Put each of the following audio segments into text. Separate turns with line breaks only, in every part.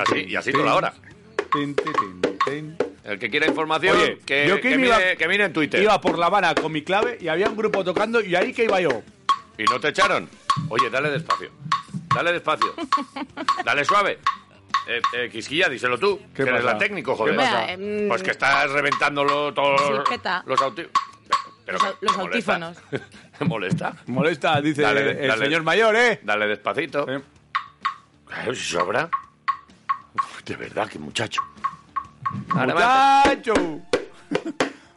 así, y así toda la hora. El que quiera información,
Oye,
que,
yo
que
que me
mire,
iba-
que mire en Twitter.
Iba por La Habana con mi clave y había un grupo tocando y ahí que iba yo.
¿Y no te echaron? Oye, dale despacio. Dale despacio. Dale suave. Eh, eh, Quisquilla, díselo tú.
¿Qué
que eres
pasa?
la técnico, joder.
¿Qué pasa?
Vea, em,
Pues que estás reventándolo todos
Sí, ¿qué tal?
los auti- Pero
Los
que-
au- los
¿te molesta?
autífonos.
¿Te molesta?
Molesta, dice
Dale,
el
dale.
señor mayor, ¿eh?
Dale despacito.
Eh,
Ay, ¿Sobra? Uf, de verdad, qué muchacho. Ahora va-
Muchacho.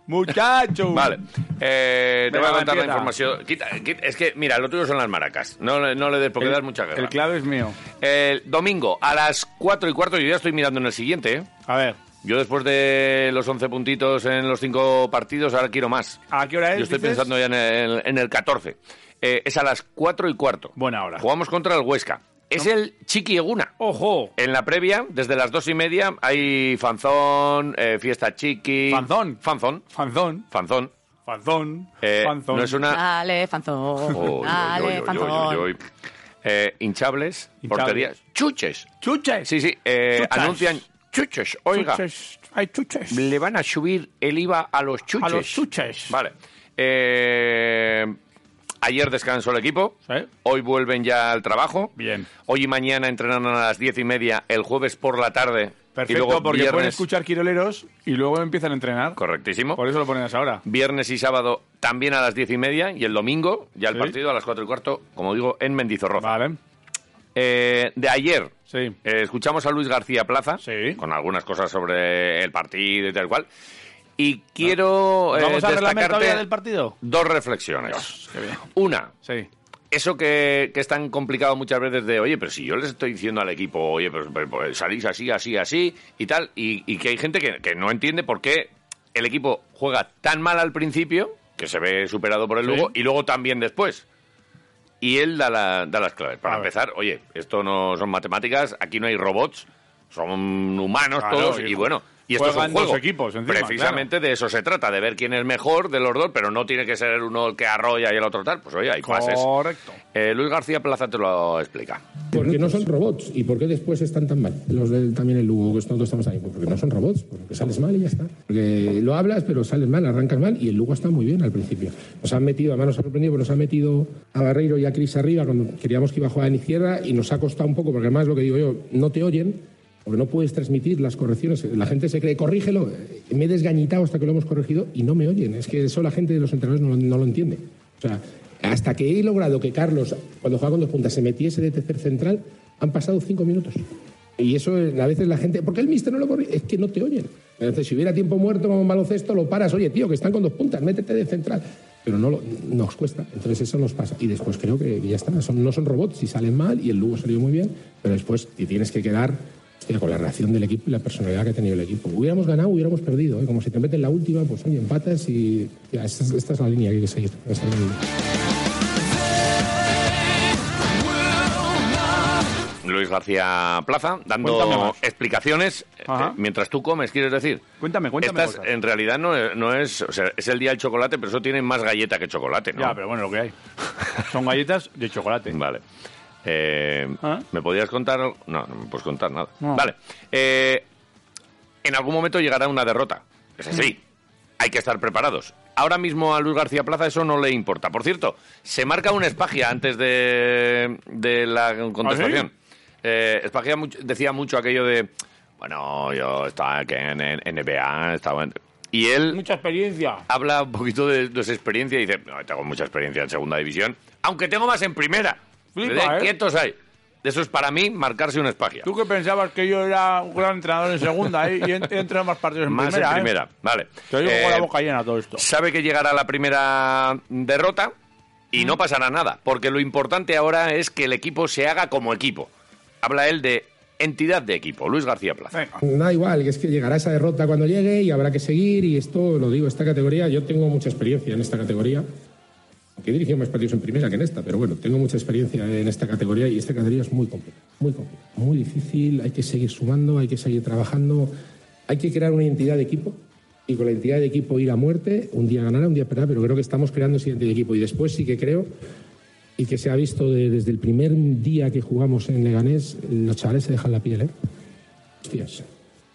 Muchacho.
Vale, eh,
Venga,
te voy a
va,
contar la
empieza.
información. Quita- quita- es que, mira, lo tuyo son las maracas. No, le- no le des porque
El-
das mucha guerra.
El clave es mío.
El domingo a las 4 y cuarto, yo ya estoy mirando en el siguiente. ¿eh?
A ver,
Yo después de los 11 puntitos en los 5 partidos, ahora quiero más.
¿a qué hora es?
Yo estoy
¿Eh? dices?
pensando ya en el, en el 14. Eh, es a las 4 y cuarto.
Buena hora.
Jugamos contra el Huesca. Es el Chiqui Eguna.
Ojo.
En la previa, desde las 2 y media, hay fanzón, eh, fiesta chiqui...
Fanzón.
Fanzón.
Fanzón.
Fanzón.
Fanzón.
Eh,
fanzón.
No es una...
Ah.
Dale, fanzón.
Oy, oy,
Dale,
oy, oy,
fanzón.
oy, oy, oy. Eh, hinchables,
Hinchables.
porterías, chuches.
Chuches.
Sí, sí, eh,
Chuchas.
anuncian chuches. Oiga,
Chuches. Hay chuches.
le van a subir el IVA a los chuches.
A los chuches.
Vale. Eh, ayer descansó el equipo.
Sí.
Hoy vuelven ya al trabajo.
Bien.
Hoy y mañana entrenan a las diez y media, el jueves por la tarde. y
Perfecto,
luego
porque
viernes.
pueden escuchar quiroleros y luego empiezan a entrenar.
Correctísimo.
Por eso lo ponen a esa hora.
Viernes y sábado también a las diez y media. Y el domingo, ya el
Sí.
partido a las cuatro y cuarto, como digo, en Mendizorroza.
Vale.
Eh, de ayer.
Sí.
eh, escuchamos a Luis García Plaza
Sí.
con algunas cosas sobre el partido y tal cual. Y quiero eh,
¿Vamos al reglamento
destacarte
ahora del partido?
dos reflexiones.
qué bien.
Una,
Sí.
eso que, que es tan complicado muchas veces de, oye, pero si yo les estoy diciendo al equipo, oye, pero, pero- pero salís así, así, así y tal, y, y que hay gente que, que no entiende por qué el equipo juega tan mal al principio, que se ve superado por el
Sí.
Lugo, y luego también después. Y él da, la- da las claves. Para
A ver.
empezar, oye, esto no son matemáticas, aquí no hay robots, son humanos
Claro,
todos,
y
y bueno... Y esto
juegan
es un juego.
dos equipos encima,
Precisamente de eso se trata, de ver quién es mejor de los dos, pero no tiene que ser el uno el que arrolla y el otro tal. Pues oye, hay pases.
Correcto.
Eh, Luis García Plaza te lo explica.
Porque no son robots. ¿Y por qué después están tan mal? Los del también el Lugo, que nosotros estamos ahí. Porque no son robots, porque sales mal y ya está. Porque lo hablas, pero sales mal, arrancas mal y el Lugo está muy bien al principio. Nos han metido, además nos ha sorprendido, porque nos han metido a Barreiro y a Cris arriba cuando queríamos que iba a jugar en izquierda y nos ha costado un poco, porque además lo que digo yo, no te oyen. Porque no puedes transmitir las correcciones. La gente se cree, corrígelo. Eh, Me he desgañitado hasta que lo hemos corregido y no me oyen. Es que eso la gente de los entrenadores no, lo- no lo entiende. O sea, hasta que he logrado que Carlos, cuando jugaba con dos puntas, se metiese de tercer central, han pasado cinco minutos. Y eso eh, a veces la gente. ¿Por qué el mister no lo corrige? Es que no te oyen. Entonces, si hubiera tiempo muerto con un baloncesto, lo paras. Oye, tío, que están con dos puntas, métete de central. Pero no lo- nos cuesta. Entonces, eso nos pasa. Y después creo que ya está. Son, no son robots y salen mal. Y el Lugo salió muy bien. Pero después te tienes que quedar Hostia, con la reacción del equipo y la personalidad que ha tenido el equipo. Hubiéramos ganado, hubiéramos perdido. ¿eh? Como si te meten la última, pues oye, empatas y. ya, esta, es- esta es la línea que hay que seguir. Esta es la línea.
Luis García Plaza
Cuéntame
dando
más.
explicaciones eh,
Ajá.
mientras tú comes, quieres decir.
Cuéntame, cuéntame
Estas,
cosas.
en realidad no es, no es, o sea, es el día del chocolate, pero eso tiene más galleta que chocolate, eh, ¿no?
Ya, pero bueno, lo que hay. Son galletas de chocolate.
Vale. Eh,
¿Ah?
¿Me podías contar? algo? No, no me puedes contar nada.
No.
Vale. Eh, en algún momento llegará una derrota. Es así. Hay que estar preparados. Ahora mismo a Luis García Plaza eso no le importa. Por cierto, se marca una espagia antes de, de la
¿Ah,
contestación. Eh, Espagia much- decía mucho aquello de, bueno, yo estaba aquí en, en NBA, estaba en... Y él
Mucha experiencia.
habla un poquito de, de su experiencia y dice, no, tengo mucha experiencia en segunda división, aunque tengo más en primera.
Flipa,
Le da,
¿eh?
Quietos ahí. Eso es para mí marcarse una espagia.
Tú que pensabas que yo era un gran entrenador en segunda ¿eh? y en- he entrenado más partidos en
más
primera.
en
¿eh?
primera. Vale.
Te digo
Eh,
con la boca llena todo esto.
Sabe que llegará la primera derrota y
Mm.
no pasará nada, porque lo importante ahora es que el equipo se haga como equipo. Habla él de entidad de equipo, Luis García Plaza.
Venga.
Nada igual, que es que llegará esa derrota cuando llegue y habrá que seguir. Y esto, lo digo, esta categoría, yo tengo mucha experiencia en esta categoría. Aunque he dirigido más partidos en primera que en esta, pero bueno, tengo mucha experiencia en esta categoría y esta categoría es muy complicada, muy complicada, muy difícil. Hay que seguir sumando, hay que seguir trabajando, hay que crear una identidad de equipo y con la identidad de equipo ir a muerte, un día ganará, un día perderá, pero creo que estamos creando esa identidad de equipo y después sí que creo y que se ha visto de- desde el primer día que jugamos en Leganés, los chavales se dejan la piel, ¿eh? hostias.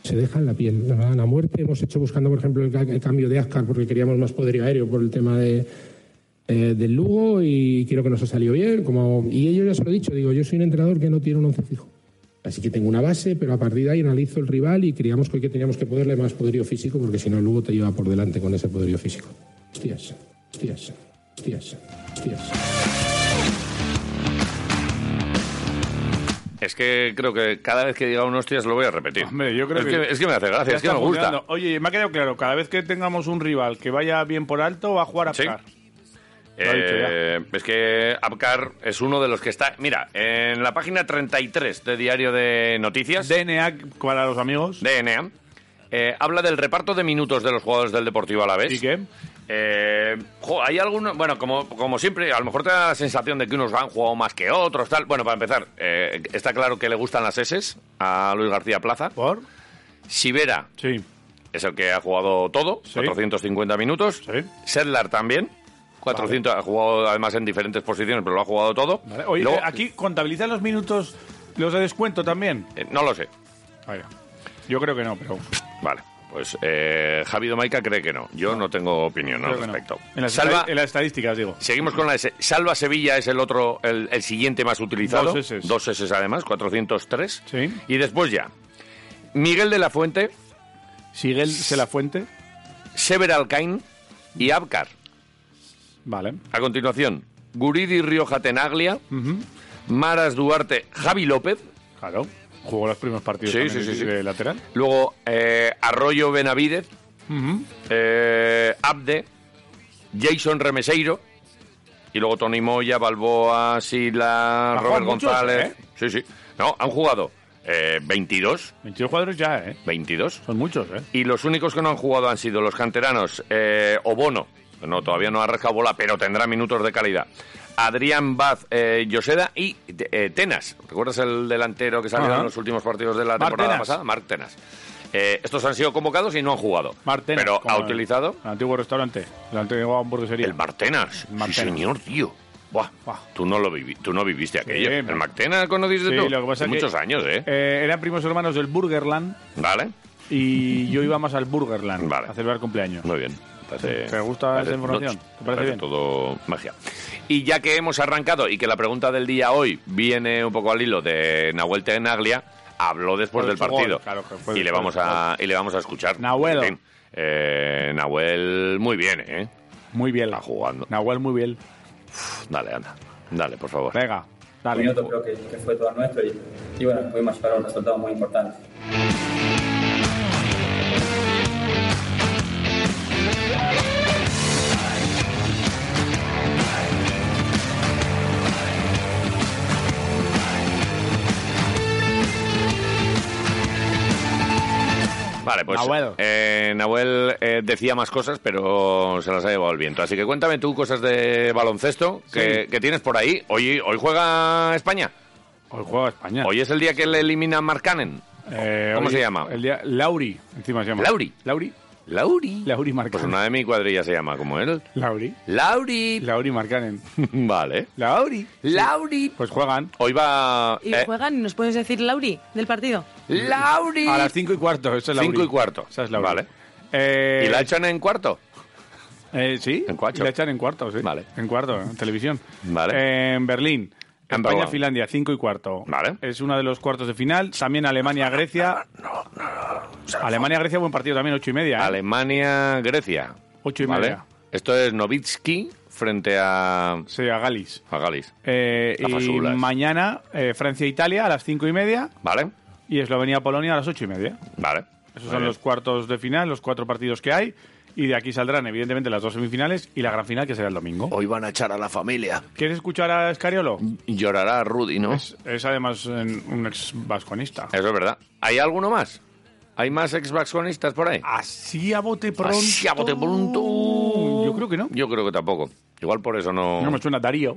Se dejan la piel, la dan a muerte. Hemos hecho buscando, por ejemplo, el, ca- el cambio de Azcar porque queríamos más poderío aéreo por el tema de, eh, del Lugo y creo que nos ha salido bien. Como, y ellos ya se lo he dicho, digo, yo soy un entrenador que no tiene un once fijo. Así que tengo una base, pero a partir de ahí analizo el rival y creíamos que hoy que teníamos que ponerle más poderío físico porque si no el Lugo te lleva por delante con ese poderío físico. Hostias, hostias, hostias, hostias.
Es que creo que cada vez que diga un hostias lo voy a repetir.
Hombre, yo creo
es
que-
que, es que me hace gracia,
Ya
es que
está
me gusta.
funcionando. Oye, me ha quedado claro, cada vez que tengamos un rival que vaya bien por alto, va a jugar a
Sí.
Azcar.
Eh,
Lo ha dicho ya.
es que Apcar es uno de los que está. Mira, en la página 33 de Diario de Noticias,
DNA para los amigos.
DNA, eh, habla del reparto de minutos de los jugadores del Deportivo a la vez.
¿Y qué?
Eh, jo, hay algunos, bueno, como, como siempre, a lo mejor te da la sensación de que unos han jugado más que otros, tal. Bueno, para empezar, eh, está claro que le gustan las S a Luis García Plaza.
¿Por?
Sivera
Sí.
es el que ha jugado todo,
Sí.
450 minutos.
Sí.
Sedlar también, 400, ha jugado además en diferentes posiciones, pero lo ha jugado todo.
Vale. Oye,
Luego-
eh, aquí contabilizan los minutos, los de descuento también.
eh, no lo sé.
Vaya. Yo creo que no, pero.
Vale. Pues eh, Javi Domaica cree que no. Yo no tengo opinión
creo
al
que no.
respecto.
En, las
Salva,
estadi- en las estadísticas, digo.
Seguimos con la S. Salva Sevilla es el otro, el, el siguiente más utilizado.
Dos Ss.
Dos S además, 403.
Sí.
Y después ya. Miguel de la Fuente,
Sigel se la fuente.
Sever Alcaín y Abkar.
Vale.
A continuación, Guridi Rioja Tenaglia, Maras Duarte, Javi López.
Claro. Jugó los primeros partidos
Sí,
también
sí, sí, sí.
de lateral.
Luego, eh, Arroyo Benavidez, eh, Abde, Jason Remeseiro. Y luego Tony Moya, Balboa, Sila,
Ha jugado
Robert
muchos, ¿eh?
González. Sí, sí. No, han jugado eh, 22.
22 cuadros ya, ¿eh?
22.
Son muchos, ¿eh?
Y los únicos que no han jugado han sido los canteranos eh, Obono, que no, todavía no ha rascado bola, pero tendrá minutos de calidad. Adrián Baz eh, Yoseda y eh, Tenas. ¿Recuerdas el delantero que salió
Ajá.
en los últimos partidos de la
Marc
temporada
Tenas.
pasada? Marc Tenas. Eh, estos han sido convocados y no han jugado.
Martena.
pero ha utilizado
El antiguo restaurante. El antiguo hamburguesería.
el Martenas.
Marc
Sí,
Tenas.
señor, tío. Buah,
Buah.
Tú, no lo vivi- tú no viviste aquello.
Sí,
el
me-
Martenas conociste
Sí,
tú.
lo que pasa
Hace
que-
muchos años, ¿eh?
Eh, eran primos hermanos del Burgerland
Vale,
y yo iba más al Burgerland
Vale.
a celebrar cumpleaños.
muy bien. Parece-
¿Te gusta
parece-
esa información?
no,
¿Te
me
parece bien?
todo magia. Y ya que hemos arrancado y que la pregunta del día hoy viene un poco al hilo de Nahuel Tenaglia, habló después
Por
del
su gol,
partido.
claro que fue
y, le
después
vamos
del
a, y le vamos a escuchar.
Nahuel.
En fin, eh, Nahuel, muy bien, ¿eh?
Muy bien.
Está jugando.
Nahuel, muy bien.
Dale, anda. Dale, por favor.
Venga, dale.
minuto creo que, que fue todo nuestro y, y bueno, pudimos sacar un resultado muy importante.
Vale, pues
Nahuel.
eh, Nahuel eh, decía más cosas, pero se las ha llevado el viento. Así que cuéntame tú cosas de baloncesto que, que tienes por ahí. Hoy, hoy juega España.
Hoy juega España.
Hoy es el día que le elimina a Markkanen.
Eh,
¿Cómo
hoy-
se llama?
El día, Lauri, encima se llama.
Lauri.
Lauri.
Lauri.
Lauri
Pues
Marcanen.
una de mi cuadrilla se llama como él.
Lauri.
Lauri.
Lauri Marcanen.
Vale.
Lauri.
Lauri.
Pues juegan
Hoy va...
Y
eh,
juegan, ¿nos puedes decir, Lauri, del partido?
Lauri.
a las 5 y cuarto. Esa es Lauri.
Cinco y cuarto.
Esa es Lauri.
Vale.
Eh,
¿Y la echan en cuarto?
eh, sí.
en cuarto.
La echan en cuarto, sí.
Vale.
En cuarto, en televisión.
Vale.
Eh, en Berlín.
En Berlín.
España-Finlandia, 5 y cuarto.
Vale.
Es uno de los cuartos de final. También Alemania-Grecia. Alemania-Grecia, buen partido también, 8 y media. ¿eh?
Alemania, Grecia.
Ocho y media.
Esto es Novitsky frente a,
Sí, a Galis.
a Galis.
Eh,
A
y
Fasulas.
mañana eh, Francia-Italia a las 5 y media
¿Vale?
y Eslovenia-Polonia a las 8 y media.
Vale.
Esos
Muy
son
bien.
los cuartos de final, los cuatro partidos que hay. Y de aquí saldrán, evidentemente, las dos semifinales y la gran final, que será el domingo.
Hoy van a echar a la familia.
¿Quieres escuchar a Escariolo?
Llorará Rudy, ¿no?
Es, es además en- un ex vasconista.
Eso es verdad. ¿Hay alguno más? ¿Hay más ex-vaxonistas por ahí?
Así a bote pronto.
Así a bote pronto.
Yo creo que no.
Yo creo que tampoco. Igual por eso no.
No me suena Darío.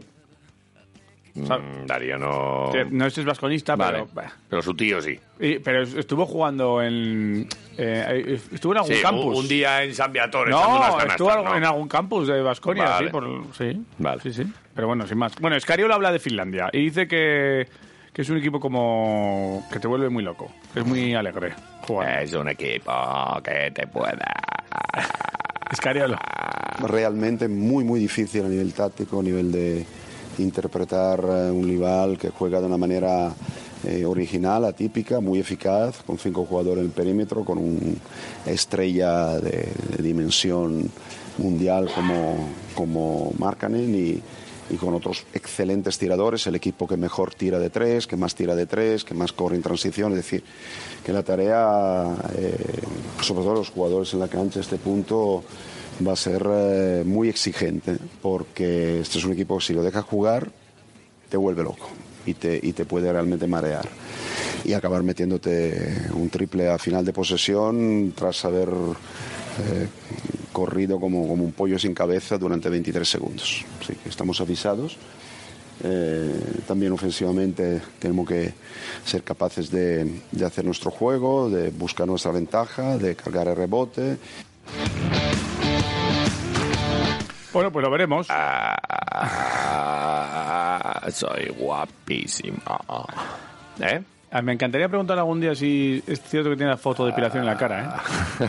¿sabes?
Mm, Darío no.
Que No es ex vasconista,
Oh. Vale.
pero. bah.
Pero su tío sí.
Y- pero estuvo jugando en. eh, estuvo en algún
Sí,
campus.
Un día en San Viator echando unas
No,
canastas,
estuvo algo-
¿no?
en algún campus de Vasconia,
Vale.
sí, por- sí.
Vale.
Sí, sí. Pero bueno, sin más. Bueno, Escariolo habla de Finlandia y dice que, que es un equipo como que te vuelve muy loco, que es muy alegre jugar.
Es un equipo que te pueda.
Escariolo.
realmente muy muy difícil a nivel táctico, a nivel de interpretar eh, un rival que juega de una manera eh, original, atípica, muy eficaz, con cinco jugadores en el perímetro, con una estrella de, de dimensión mundial como, como Markkanen y, y con otros excelentes tiradores, el equipo que mejor tira de tres, que más tira de tres, que más corre en transición, es decir, que la tarea, eh, sobre todo los jugadores en la cancha a este punto, va a ser eh, muy exigente, porque este es un equipo que si lo dejas jugar, te vuelve loco y te, y te puede realmente marear. Y acabar metiéndote un triple a final de posesión tras haber eh, corrido como, como un pollo sin cabeza durante 23 segundos. Así que estamos avisados. Eh, también ofensivamente tenemos que ser capaces de, de hacer nuestro juego, de buscar nuestra ventaja, de cargar el rebote,
Bueno, pues lo veremos.
Ah, soy guapísimo. ¿Eh?
Ah, Me encantaría preguntar algún día si es cierto que tiene la fotodepilación en la cara. ¿eh?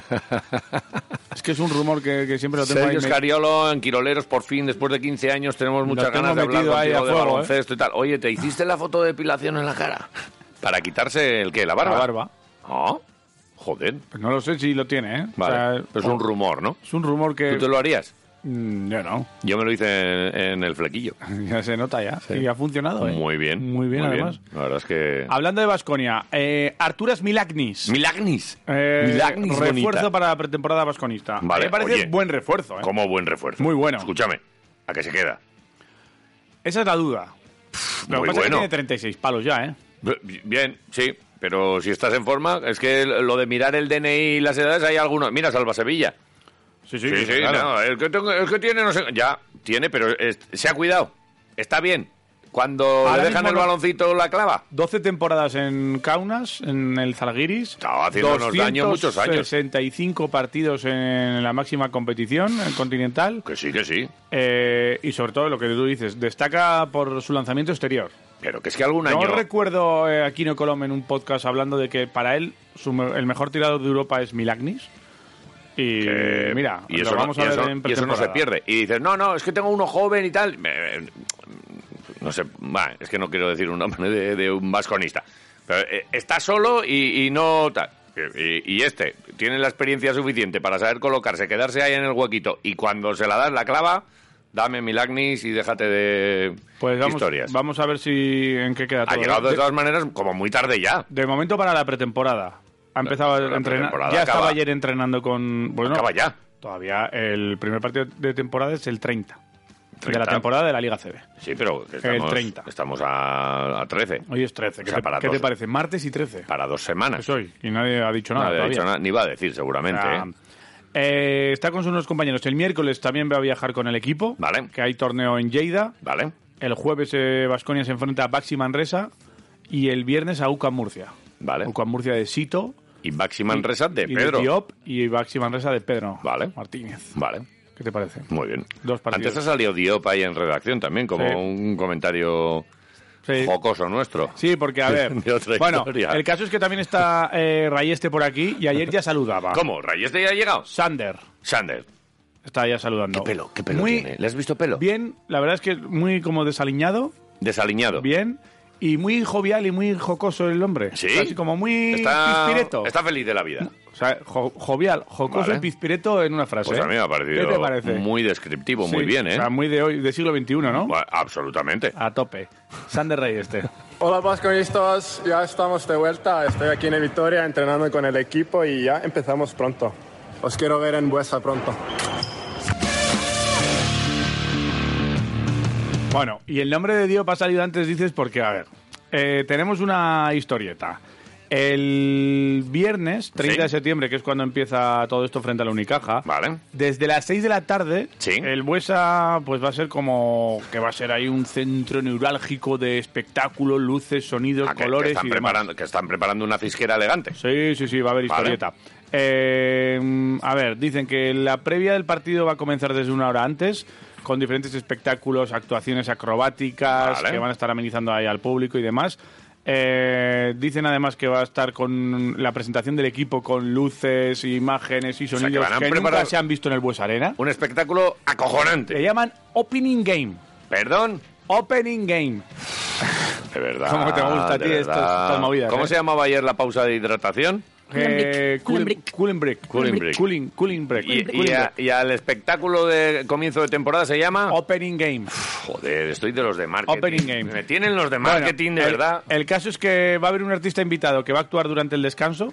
es que es un rumor que, que siempre lo tengo ahí.
Sergio
me-
Escariolo en Quiroleros, por fin, después de 15 años, tenemos muchas
tengo
ganas de hablar
metido ahí a
contigo de
fuego, ¿eh?
baloncesto y tal. Oye, ¿te hiciste la foto de depilación en la cara? ¿Para quitarse el qué? ¿La barba?
La barba.
Ah, joder.
Pues no lo sé si lo tiene, ¿eh? O
Vale,
sea,
pero es un rumor, ¿no?
es un rumor que...
¿Tú te lo harías?
Mm, Yo no.
Yo me lo hice en, en el flequillo.
Ya se nota ya. Y ha funcionado. ¿eh?
Muy bien.
Muy bien, además.
La verdad es que...
Hablando de Vasconia, eh, Arturas Milagnis.
Milagnis.
Eh,
Milagnis
refuerzo
bonita.
para la pretemporada vasconista.
Vale,
Me parece
oye.
buen refuerzo. ¿eh?
Como buen refuerzo.
Muy bueno.
Escúchame, ¿a qué se queda?
Esa es la duda. Lo que
muy
pasa es que
bueno.
tiene 36 palos ya, ¿eh?
B- Bien, sí, pero si estás en forma, es que lo de mirar el DNI y las edades, hay algunos. Mira, Salva Sevilla. Sí, sí, no, el que, tengo- el que tiene, no sé. Ya, tiene, pero es- se ha cuidado. Está bien. Cuando
Ahora
le dejan
mismo
el
no-
baloncito, la clava.
12 temporadas en Kaunas, en el Zalgiris.
Estaba haciéndonos daño muchos años.
65 partidos en la máxima competición en continental.
Que sí, que sí.
Eh, y sobre todo lo que tú dices, destaca por su lanzamiento exterior.
Pero que es que algún
No
año.
recuerdo eh, a Kino Colom en un podcast hablando de que para él su me- el mejor tirador de Europa es Milagnis. Y
Eh,
mira,
y
lo
eso, no-
vamos
y
a ver
eso-
en
y eso no se
pretemporada.
pierde. Y dices, no, no, es que tengo uno joven y tal. Eh, No sé, va, es que no quiero decir un nombre de, de un vasconista. Pero eh, está solo y, y no tal. Y, y este tiene la experiencia suficiente para saber colocarse, quedarse ahí en el huequito. Y cuando se la das la clava, dame Milagnis y déjate de
Pues vamos,
historias.
vamos a ver si en qué queda
ha
todo.
llegado de
de,
todas maneras como muy tarde ya.
de momento para la pretemporada. Ha empezado
la
a entrenar.
pretemporada
Ya estaba
acaba.
ayer entrenando con. Bueno,
Acaba ya.
todavía el primer partido de temporada es el 30, de la
30.
temporada de la Liga CB.
Sí, pero que estamos,
30.
estamos a, a 13.
Hoy es 13. ¿Qué,
sea,
te,
para
qué te
dos.
parece? Martes y 13.
Para dos semanas.
Es hoy. Y nadie ha dicho nada.
Nadie ha
todavía.
dicho nada, ni va a decir seguramente.
Ah.
¿eh?
Eh, está con unos compañeros. El miércoles también va a viajar con el equipo.
Vale.
Que hay torneo en Lleida.
¿Vale?
El jueves Vasconia se enfrenta a Baxi Manresa. Y el viernes a UCAM Murcia.
Vale.
UCAM Murcia de Sito.
Y Maxi Manresa de
y
Pedro.
De Diop y Baxi Manresa de Pedro.
Vale.
Martínez.
Vale,
¿Qué te parece?
muy bien.
Dos partidos.
Antes ha salido Diop ahí en redacción también, como
Sí.
un comentario
Sí.
jocoso nuestro.
Sí, porque a ver.
De otra
bueno,
historia.
el caso es que también está eh, Rayeste por aquí y ayer ya saludaba.
¿Cómo? ¿Reyes de ya ha llegado?
Sander
Sander.
está ya saludando.
¿Qué pelo? ¿Qué pelo
Muy
tiene? ¿Le has visto pelo?
bien, la verdad es que muy como desaliñado.
Desaliñado.
Bien. Y muy jovial y muy jocoso el hombre.
Sí.
Así como muy
Está,
pispireto.
está feliz de la vida.
O sea, jo- jovial, jocoso
Vale.
y pispireto en una frase.
Pues a mí me ha
Pues, ¿eh?
parecido
¿Qué te parece?
muy descriptivo, muy
Sí,
bien, ¿eh?
O sea, muy Ah. de hoy, de siglo XXI, ¿no?
Bueno, absolutamente.
A tope. Sander Rey este.
Hola vasconistas, ya estamos de vuelta. Estoy aquí en Vitoria entrenando con el equipo y ya empezamos pronto. Os quiero ver en Buesa pronto.
Bueno, y el nombre de Diop ha salido antes, dices, porque, a ver, eh, tenemos una historieta. El viernes, 30
Sí.
de septiembre, que es cuando empieza todo esto frente a la Unicaja,
Vale.
desde las 6 de la tarde,
Sí.
el Buesa pues va a ser como que va a ser ahí un centro neurálgico de espectáculo, luces, sonidos,
Ah, que- que
colores
están
y demás.
preparando, que están preparando una fisquera elegante.
Sí, sí, sí, va a haber
Vale.
historieta. Eh, a ver, dicen que la previa del partido va a comenzar desde una hora antes, con diferentes espectáculos, actuaciones acrobáticas
Vale.
que van a estar amenizando ahí al público y demás. Eh, dicen además que va a estar con la presentación del equipo con luces, imágenes y
sea, que
sonidos
van a
que, nunca
preparar-
se han visto en el Bues Arena.
Un espectáculo acojonante.
Le llaman Opening Game.
Perdón,
Opening Game.
de verdad.
Cómo te gusta a
de
ti estas-
verdad.
estas movidas,
¿Cómo
eh?
se llamaba ayer la pausa de hidratación?
Eh,
Cooling
cool-
break.
Cooling break.
Cooling break.
Cooling, cooling break.
Y,
Cooling
y a-
break.
y al espectáculo de comienzo de temporada se llama...
Opening Game.
Joder, estoy de los de marketing.
Opening game.
Me tienen los de
Bueno,
marketing, de
el-
verdad.
El caso es que va a haber un artista invitado que va a actuar durante el descanso,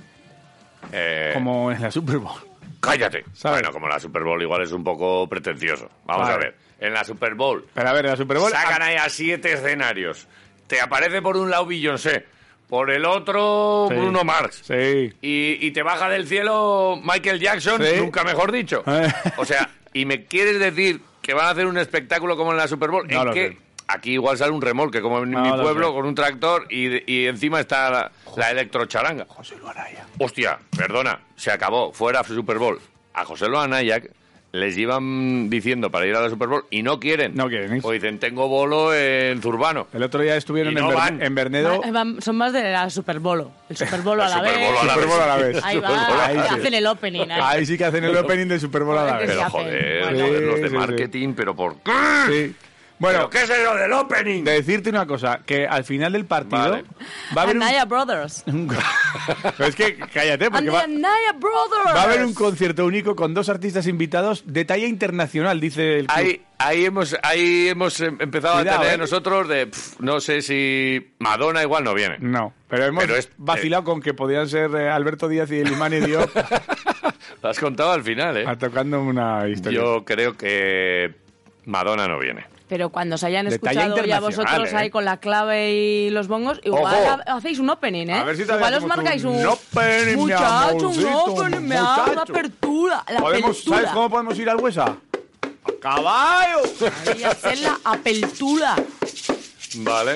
Eh,
como en la Super Bowl.
Cállate.
¿Sabes?
Bueno, como la Super Bowl igual es un poco pretencioso. Vamos
Vale.
a ver. En la Super Bowl
Pero a ver, en la Super Bowl. ah,
sacan ahí a siete escenarios. Te aparece por un lado Beyoncé, por el otro
Sí.
Bruno Marx.
Sí.
Y, y te baja del cielo Michael Jackson,
Sí.
nunca mejor dicho.
Eh.
O sea, y me quieres decir que van a hacer un espectáculo como en la Super Bowl.
No
es
lo
que
sé.
aquí igual sale un remolque, como en
No
mi
lo
pueblo,
sé.
con un tractor y, y encima está la, la electrocharanga.
José Lu Araya.
Hostia, perdona, se acabó, fuera Super Bowl. A José Lo Anayac les llevan diciendo para ir a la Super Bowl y no quieren.
No quieren ir.
O dicen, tengo bolo en Zurbano.
El otro día estuvieron
Y
en,
no
Ber-
van.
en Bernedo.
Va- van- son más de la Superbolo. El Superbolo a la
Super
vez.
Bowl a la
Super Bowl a la vez.
Ahí
Superbolo
va,
a la vez.
hacen el opening. ahí.
Ahí sí que hacen el opening del Super Bowl a la
Joder, que
vez.
Pero
hacen.
joder,
Bueno.
joder, los
Sí,
de
sí, sí.
marketing, pero ¿por qué?
Sí. Bueno,
¿Pero qué es eso del opening?
decirte una cosa, que al final del partido
Vale.
va a haber un...
eh. Anaya Brothers.
Pero es que cállate, porque
Andy
va,
Anaya Brothers.
va a haber un concierto único con dos artistas invitados de talla internacional, dice el club.
Ahí, ahí hemos, ahí hemos em- empezado
Cuidado,
a tener
¿eh?
nosotros de, pf, no sé si Madonna igual no viene.
No, pero hemos
Pero es-
vacilado con que podían ser eh, Alberto Díaz y Elimani Diop
Lo has contado al final, ¿eh?
a- tocando una historia.
Yo creo que Madonna no viene.
Pero cuando os hayan
De talla
escuchado ya
internacional,
vosotros
¿eh?
ahí con la clave y los bongos, igual
Ojo.
ha- hacéis un opening, ¿eh?
A ver si todavía
igual os
hacemos
marcáis
un
un...
opening, mi
muchacho, un
amorcito,
opening, me da una
muchacho.
apertura. La
Podemos- ¿Sabes
apertura.
cómo podemos ir al Huesa? ¡A caballo!
Ahí hacer la apertura.
Vale.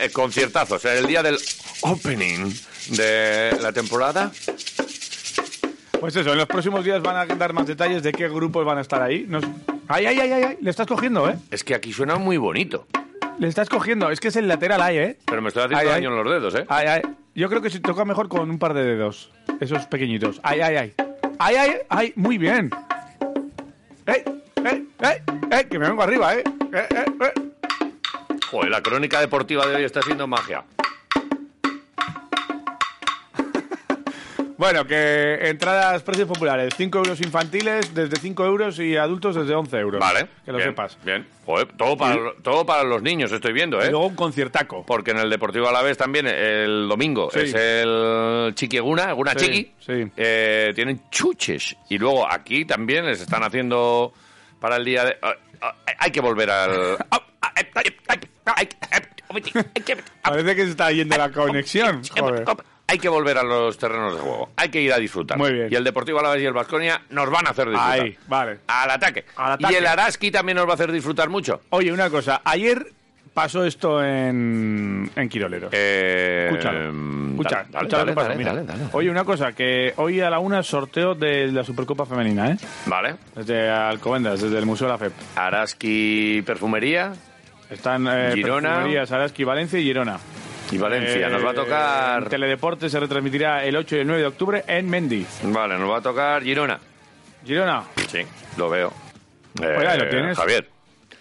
Eh, conciertazos. El día del opening de la temporada.
Pues eso, en los próximos días van a dar más detalles de qué grupos van a estar ahí. Nos- Ay, ay, ay, ay, ay, le estás cogiendo, ¿eh?
Es que aquí suena muy bonito.
Le estás cogiendo, es que es el lateral ahí, ¿eh?
Pero me estoy haciendo
Ay, Ah. ay.
daño en los dedos, ¿eh?
Ay, ay. Yo creo que se toca mejor con un par de dedos. Esos pequeñitos. Ay, ay, ay. Ay, ay, ay. Muy bien. ¡Eh! ¡Eh! ¡Eh! ¡Eh! Que me vengo arriba, ¿eh? ¡Eh! ¡Eh! eh.
Joder, la crónica deportiva de hoy está haciendo magia.
Bueno, que entradas, precios populares. 5 euros infantiles desde 5 euros y adultos desde 11 euros.
Vale.
Que lo
bien,
sepas.
Bien. Joder, todo para, todo para los niños, estoy viendo,
Y
¿eh?
luego un conciertaco.
Porque en el Deportivo Alavés también el domingo
Sí.
es el Chiquieguna, Eguna
Sí,
Chiqui.
sí.
Eh, tienen chuches. Y luego aquí también les están haciendo para el día de. ah, ah, hay que volver al.
Parece que se está yendo la conexión. Joder.
Hay que volver a los terrenos de juego. Hay que ir a disfrutar.
Muy bien.
Y el Deportivo Alavés y el Vasconia nos van a hacer disfrutar.
Ahí, vale.
Al ataque.
Al ataque.
Y el Araski también nos va a hacer disfrutar mucho.
Oye, una cosa. Ayer pasó esto en, en Quiroleros.
Eh,
Escúchalo.
mm,
Escucha,
dale,
escucha lo
dale,
que pasa.
dale,
Mira,
dale, dale.
Oye, una cosa, que hoy a la una sorteo de la Supercopa Femenina, ¿eh?
Vale.
Desde Alcobendas, desde el Museo de la FEP.
Araski Perfumería
Están eh,
Girona.
perfumerías Araski, Valencia y Girona.
y Valencia.
Eh,
nos va a
en
tocar.
Teledeporte se retransmitirá el 8 y el 9 de octubre en Mendy.
Vale, nos va a tocar Girona.
Girona,
Sí, lo veo. Eh,
Oye, ahí lo tienes.
Javier,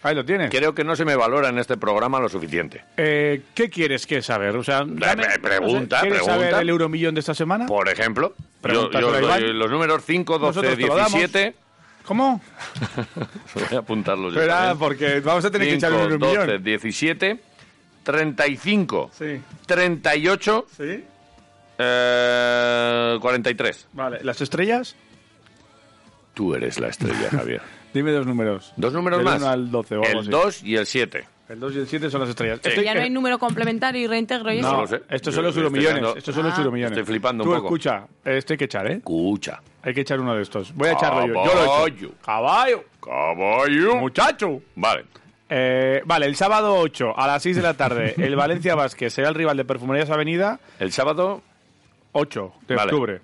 ahí lo tienes.
creo que no se me valora en este programa lo suficiente.
Eh, ¿Qué quieres que saber? O sea, dame-
eh, pregunta,
no sé, ¿Quieres
pregunta.
saber el euromillón de esta semana?
Por ejemplo, yo,
Pregunta
yo
para
os doy
Iván.
los números 5, 12,
Nosotros te lo damos.
17.
¿Cómo?
Voy a apuntarlos yo
Espera,
también.
porque vamos a tener que echar un
5, 12,
euromillón.
17, 35,
Sí,
38,
sí.
eh, 43.
Vale, ¿las estrellas?
Tú eres la estrella, Javier.
Dime dos números.
Dos números
Del
más.
uno al 12 o algo
el
así.
2 y el 7.
El 2 y el 7 son las estrellas. Este
Sí.
Pero ya no hay número complementario y reintegro y
No,
eso.
lo sé.
Estos
Yo
son los
estoy
euromillones.
dando-
Estos son los
Ah.
euromillones.
Estoy flipando un
Tú
poco.
escucha, esto hay que echar, ¿eh?
Escucha.
Hay que echar uno de estos. Voy a echarlo yo. Yo lo he hecho. Caballo.
Caballo.
Muchacho.
Vale.
Eh, vale, el sábado 8 a las 6 de la tarde, el Valencia Vázquez será el rival de Perfumerías Avenida,
El sábado,
8 de
Vale.
octubre.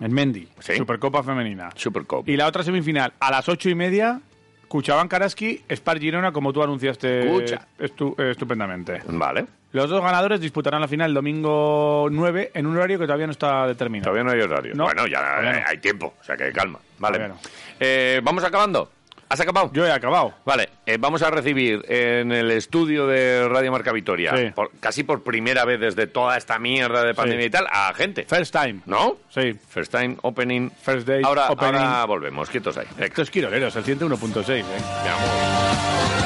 En Mendy,
Sí.
Supercopa Femenina.
Supercopa.
Y la otra semifinal, a las 8 y media, Cuchaban Karaski, Spar Girona, como tú anunciaste
Cucha.
estu- eh, estupendamente.
Vale.
Los dos ganadores disputarán la final el domingo 9 en un horario que todavía no está determinado.
Todavía no hay horario.
No.
Bueno, ya
Todavía no.
eh, hay tiempo, o sea que calma. Vale.
Todavía no.
Eh, Vamos acabando. ¿Has acabado?
Yo he acabado.
Vale, eh, vamos a recibir en el estudio de Radio Marca Vitoria,
Sí.
por- casi por primera vez desde toda esta mierda de pandemia
Sí.
y tal, a gente.
First time.
¿No?
Sí.
First time, opening.
First day,
ahora,
opening.
ahora volvemos, quietos ahí. Venga.
Estos quiroleros, el 101.6. ¿eh?
Veamos.